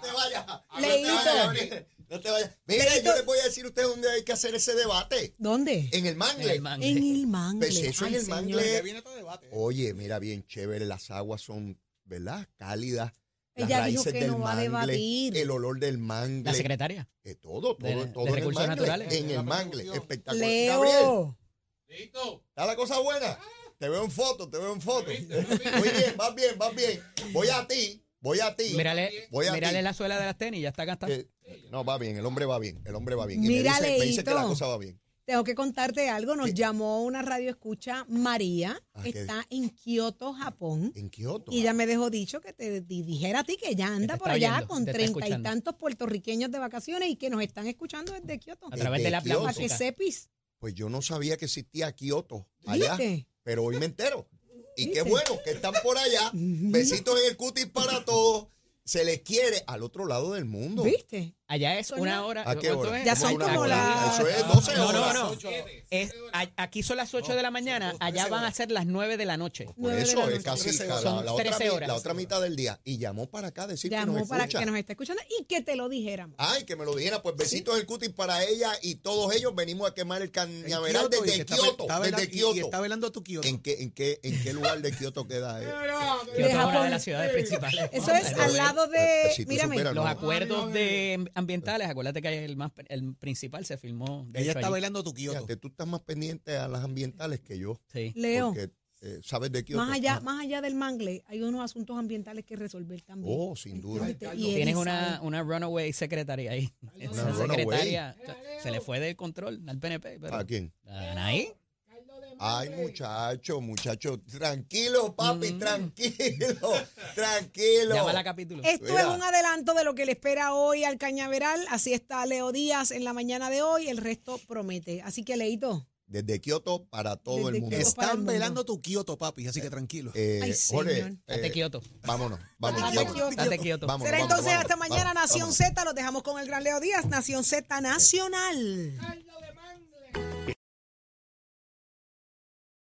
Speaker 9: te vayas.
Speaker 6: Leito.
Speaker 9: No te vayas, Gabriel. No te vayas. Mira,
Speaker 6: Leito.
Speaker 9: yo les voy a decir a ustedes dónde hay que hacer ese debate.
Speaker 6: ¿Dónde?
Speaker 9: En el
Speaker 4: en
Speaker 9: mangle.
Speaker 4: el mangle.
Speaker 6: En el mangle.
Speaker 9: Pues eso en
Speaker 6: Ay,
Speaker 9: el
Speaker 6: señor.
Speaker 9: mangle.
Speaker 8: viene todo debate.
Speaker 9: Oye, mira, bien chévere. Las aguas son, ¿verdad? Cálidas. Las
Speaker 6: Ella dijo
Speaker 9: raíces
Speaker 6: que
Speaker 9: del
Speaker 6: no va a
Speaker 9: mangle,
Speaker 6: debatir.
Speaker 9: el olor del mangle,
Speaker 4: La secretaria.
Speaker 9: Eh, todo,
Speaker 4: de-
Speaker 9: todo,
Speaker 4: de
Speaker 9: todo en el
Speaker 4: recursos
Speaker 9: mangle,
Speaker 4: naturales.
Speaker 9: en el mangle, espectacular. Gabriel,
Speaker 6: Leo.
Speaker 9: está la cosa buena. Te veo en foto, te veo en foto. Muy bien, vas bien, vas bien. Voy a ti, voy a ti.
Speaker 4: Mírale,
Speaker 9: Voy a
Speaker 4: mírale
Speaker 9: ti.
Speaker 4: la suela de las tenis, ya está gastada.
Speaker 9: Eh, no, va bien, el hombre va bien, el hombre va bien. Y me
Speaker 6: Mira,
Speaker 9: dice- me dice que la
Speaker 6: Leito.
Speaker 9: cosa va bien.
Speaker 6: Tengo que contarte algo. Nos
Speaker 9: ¿Qué?
Speaker 6: llamó una radio escucha María.
Speaker 9: Ah, ¿qué?
Speaker 6: está en Kioto, Japón.
Speaker 9: En Kioto.
Speaker 6: Y ella me dejó dicho que te di- dijera a ti que ella anda
Speaker 4: está
Speaker 6: por allá
Speaker 4: oyendo,
Speaker 6: con
Speaker 4: te está
Speaker 6: treinta y
Speaker 4: escuchando.
Speaker 6: tantos puertorriqueños de vacaciones y que nos están escuchando desde Kioto.
Speaker 4: a
Speaker 7: Eh, este,
Speaker 4: través de la
Speaker 9: Desde
Speaker 6: Para
Speaker 4: plaza.
Speaker 9: Kioto.
Speaker 6: que sepis.
Speaker 9: Pues yo no sabía que existía Kioto allá,
Speaker 6: ¿Viste?
Speaker 9: pero hoy me entero. Y qué
Speaker 6: ¿Viste?
Speaker 9: bueno que están por allá. Besitos en el cutis para todos. Se les quiere al otro lado del mundo.
Speaker 6: ¿Viste?
Speaker 4: Allá es
Speaker 6: Son
Speaker 4: una
Speaker 6: la-
Speaker 4: hora.
Speaker 9: ¿A qué
Speaker 4: ¿cuánto
Speaker 9: hora?
Speaker 4: es?
Speaker 6: Ya son
Speaker 4: Una
Speaker 6: como
Speaker 4: hora.
Speaker 6: las- Ah.
Speaker 9: Eso es 12
Speaker 4: No, no,
Speaker 9: horas.
Speaker 4: no. Es- a- aquí son las 8 de la mañana, allá van a ser las 9 de la noche.
Speaker 9: Por
Speaker 6: Nueve de
Speaker 9: eso
Speaker 6: la
Speaker 9: es
Speaker 6: noche.
Speaker 9: casi la,
Speaker 4: Son
Speaker 9: la otra,
Speaker 4: 13
Speaker 9: mi-
Speaker 4: horas.
Speaker 9: la otra mitad del día. Y llamó para acá a decir que
Speaker 6: Llamó
Speaker 9: nos
Speaker 6: para
Speaker 9: escucha. Ah,
Speaker 6: que nos está escuchando y que te lo dijéramos.
Speaker 9: Ay, que me lo dijera. Pues besitos en el cutis para ella y todos ellos. Venimos a quemar el
Speaker 8: En
Speaker 9: cañaveral
Speaker 8: Kioto, y
Speaker 9: desde
Speaker 8: que está-
Speaker 9: Kioto.
Speaker 8: está velando-
Speaker 9: Desde
Speaker 8: y- Y
Speaker 9: Kioto.
Speaker 8: está velando tu Kioto.
Speaker 9: ¿En qué, en, qué, ¿En qué lugar de Kioto queda? eh?
Speaker 4: Que otra es una
Speaker 6: Japón.
Speaker 4: de las ciudades principales.
Speaker 6: Eso es al
Speaker 4: eh,
Speaker 6: lado de.
Speaker 9: Pues, si tú
Speaker 6: Mírame.
Speaker 9: supieras,
Speaker 4: Los
Speaker 9: no.
Speaker 4: acuerdos de ambientales, acuérdate que el, más, el principal se filmó. de
Speaker 8: Ella
Speaker 4: hecho,
Speaker 8: está
Speaker 4: allí.
Speaker 8: velando tu Kioto.
Speaker 9: Fíjate, tú estás más pendiente a las ambientales que yo.
Speaker 4: Sí.
Speaker 6: Leo.
Speaker 9: Porque eh, sabes de Kioto.
Speaker 6: Más allá,
Speaker 9: Ah,
Speaker 6: más allá del mangle, hay unos asuntos ambientales que resolver también.
Speaker 9: Oh, sin duda.
Speaker 6: Entonces, y él
Speaker 4: Tienes una,
Speaker 6: sabe.
Speaker 4: una runaway secretaria ahí. Esa
Speaker 9: runaway.
Speaker 4: secretaria se- se le fue del control al PNP. Pero,
Speaker 9: ¿A quién?
Speaker 4: ahí?
Speaker 9: Ay, muchacho, muchacho. Tranquilo, papi,
Speaker 6: Mm.
Speaker 9: tranquilo. Tranquilo.
Speaker 4: Llámala a capítulo.
Speaker 6: Esto
Speaker 9: Mira.
Speaker 6: es un adelanto de lo que le espera hoy al Cañaveral. Así está Leo Díaz en la mañana de hoy. El resto promete. Así que, Leito,
Speaker 9: Desde Kioto para todo
Speaker 6: Desde
Speaker 9: el mundo.
Speaker 6: Kioto. para el
Speaker 8: Están
Speaker 6: mundo.
Speaker 8: velando tu Kioto, papi, así que tranquilo.
Speaker 9: Eh,
Speaker 6: Ay,
Speaker 9: Jorge,
Speaker 6: señor.
Speaker 9: eh,
Speaker 4: Date quieto.
Speaker 9: vámonos, vamos,
Speaker 6: Date
Speaker 9: vamos.
Speaker 6: quieto.
Speaker 4: Date quieto.
Speaker 9: Vámonos,
Speaker 6: será
Speaker 9: vámonos,
Speaker 6: entonces
Speaker 9: vámonos,
Speaker 6: hasta mañana
Speaker 9: vámonos,
Speaker 6: Nación
Speaker 9: vámonos.
Speaker 6: Z. Los dejamos con el gran Leo Díaz, Nación Z Nacional.